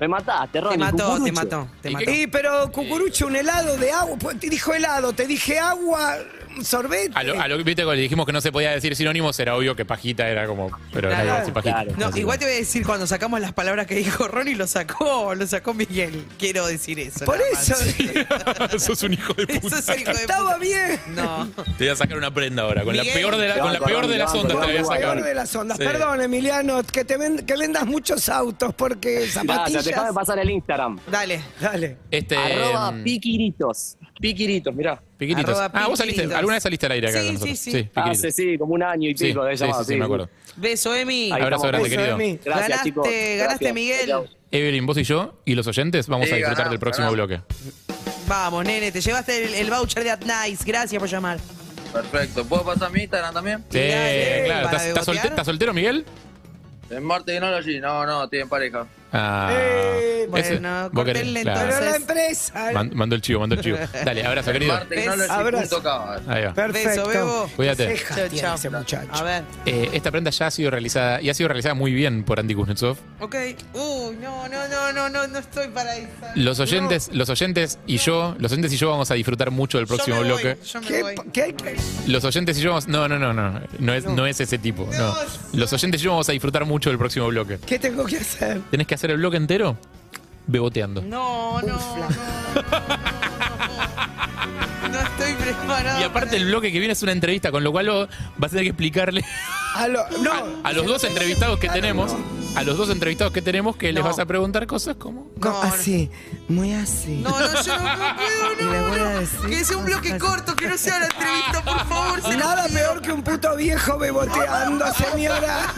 [SPEAKER 8] Me mataste,
[SPEAKER 4] Te
[SPEAKER 8] Ronnie.
[SPEAKER 4] mató, te
[SPEAKER 8] cucurucho.
[SPEAKER 4] mató, te
[SPEAKER 3] ¿Y
[SPEAKER 4] mató.
[SPEAKER 5] Y
[SPEAKER 3] Eh,
[SPEAKER 5] pero cucurucho, un helado de agua. pues, Te dijo helado, te dije agua, sorbete.
[SPEAKER 3] A lo, a lo que viste cuando le dijimos que no se podía decir sinónimos, era obvio que pajita era como. Pero nadie
[SPEAKER 4] Claro,
[SPEAKER 3] dice pajita.
[SPEAKER 8] claro.
[SPEAKER 4] No,
[SPEAKER 3] Así
[SPEAKER 4] igual te voy a decir, cuando sacamos las palabras que dijo Ronnie, lo sacó, lo sacó Miguel. Quiero decir eso.
[SPEAKER 5] Por
[SPEAKER 4] nada más.
[SPEAKER 5] eso.
[SPEAKER 3] que- (laughs) Sos un hijo de
[SPEAKER 4] (laughs) Eso
[SPEAKER 3] puta.
[SPEAKER 4] es el hijo de
[SPEAKER 5] Estaba bien.
[SPEAKER 4] puta. No.
[SPEAKER 3] Te voy a sacar una prenda ahora. Con la
[SPEAKER 4] Miguel.
[SPEAKER 3] peor de, la, con la peor de las ondas te la voy a
[SPEAKER 5] Peor de
[SPEAKER 3] sacar.
[SPEAKER 5] las ondas.
[SPEAKER 3] Sí.
[SPEAKER 5] Perdón, Emiliano, que, te ven- que vendas muchos autos porque
[SPEAKER 8] Gracias,
[SPEAKER 5] zapatillas.
[SPEAKER 8] dejame pasar el Instagram.
[SPEAKER 4] Dale.
[SPEAKER 5] Dale.
[SPEAKER 3] Este.
[SPEAKER 8] Arroba
[SPEAKER 3] mm,
[SPEAKER 8] piquiritos. Piquiritos, mirá.
[SPEAKER 3] Piquititos.
[SPEAKER 4] Arroba
[SPEAKER 3] Ah, vos saliste,
[SPEAKER 4] piquititos.
[SPEAKER 3] alguna vez saliste al aire acá
[SPEAKER 4] Sí,
[SPEAKER 3] con nosotros.
[SPEAKER 4] sí, sí.
[SPEAKER 3] piquititos.
[SPEAKER 8] Hace, Ah, sí, como un año y
[SPEAKER 3] Sí,
[SPEAKER 8] pico de
[SPEAKER 3] sí,
[SPEAKER 8] llamado.
[SPEAKER 3] sí, sí, me acuerdo.
[SPEAKER 4] Beso, Emi.
[SPEAKER 8] Ahí
[SPEAKER 3] Abrazo
[SPEAKER 8] estamos.
[SPEAKER 3] grande,
[SPEAKER 5] Eso de
[SPEAKER 3] querido.
[SPEAKER 5] mí.
[SPEAKER 8] Gracias,
[SPEAKER 4] ganaste,
[SPEAKER 8] chicos.
[SPEAKER 4] ganaste,
[SPEAKER 8] Gracias.
[SPEAKER 4] Miguel.
[SPEAKER 8] Chau, chau.
[SPEAKER 3] Evelyn, vos y yo y los oyentes vamos
[SPEAKER 13] Sí,
[SPEAKER 3] a disfrutar
[SPEAKER 13] ganamos,
[SPEAKER 3] del próximo
[SPEAKER 13] ganamos.
[SPEAKER 3] bloque.
[SPEAKER 4] Vamos, nene, te llevaste el, el voucher de At Nice. Gracias por llamar.
[SPEAKER 13] Perfecto. ¿Puedo pasar mi Instagram también?
[SPEAKER 3] Sí,
[SPEAKER 4] Dale,
[SPEAKER 3] claro.
[SPEAKER 4] para
[SPEAKER 3] ¿Estás, estás solte-
[SPEAKER 4] bebotear.
[SPEAKER 3] estás soltero, Miguel?
[SPEAKER 13] En Marte Technology. No, no, estoy en pareja.
[SPEAKER 3] Ah,
[SPEAKER 5] Eh,
[SPEAKER 3] ese-
[SPEAKER 4] bueno,
[SPEAKER 3] vos querés,
[SPEAKER 4] cortenle
[SPEAKER 3] claro.
[SPEAKER 5] Pero la
[SPEAKER 4] Entonces-
[SPEAKER 5] empresa.
[SPEAKER 3] Man- mando el chivo, mando el chivo. Dale, abrazo, querido.
[SPEAKER 13] Marte Technology.
[SPEAKER 5] Abrazo.
[SPEAKER 13] punto cava.
[SPEAKER 3] Ahí va.
[SPEAKER 5] Perfecto.
[SPEAKER 4] Beso, Bebo.
[SPEAKER 3] Cuídate.
[SPEAKER 5] Cejas
[SPEAKER 4] Chau,
[SPEAKER 5] tiene
[SPEAKER 4] chau.
[SPEAKER 5] ese muchacho.
[SPEAKER 4] A ver.
[SPEAKER 3] Eh, esta prenda ya ha sido realizada y ha sido realizada muy bien por Andy Kuznetsov.
[SPEAKER 4] Ok. Uy, no, no, no, no, no, no estoy para eso.
[SPEAKER 3] Los oyentes, los oyentes y yo, los oyentes y yo vamos a disfrutar mucho del próximo
[SPEAKER 4] yo me
[SPEAKER 3] bloque.
[SPEAKER 4] Voy, yo me
[SPEAKER 5] ¿Qué,
[SPEAKER 4] voy.
[SPEAKER 5] qué hay que-
[SPEAKER 3] Los oyentes y yo vamos, no, no, no, no, no es, no. es ese tipo. No. Los oyentes y yo vamos a disfrutar mucho del próximo bloque.
[SPEAKER 5] qué tengo que hacer?
[SPEAKER 3] Tenés que hacer el bloque entero beboteando.
[SPEAKER 4] No, no, no. no, no. No estoy preparado.
[SPEAKER 3] Y aparte el bloque que viene es una entrevista, con lo cual vos vas a tener que explicarle
[SPEAKER 5] A lo- no,
[SPEAKER 4] Ah,
[SPEAKER 3] a los dos entrevistados que tenemos, a los dos entrevistados que tenemos que les vas a preguntar cosas como...
[SPEAKER 5] co- así, muy así.
[SPEAKER 4] No, no, yo no, no puedo, no,
[SPEAKER 5] Y le voy a
[SPEAKER 4] no.
[SPEAKER 5] decir
[SPEAKER 4] Que sea un bloque corto, que no sea la entrevista, por favor. se lo
[SPEAKER 5] Nada
[SPEAKER 4] pido.
[SPEAKER 5] peor que un puto viejo beboteando, señora.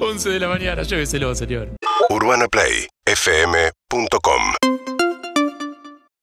[SPEAKER 3] 11 de la mañana, lléveselo, señor.
[SPEAKER 12] UrbanaPlayFM.com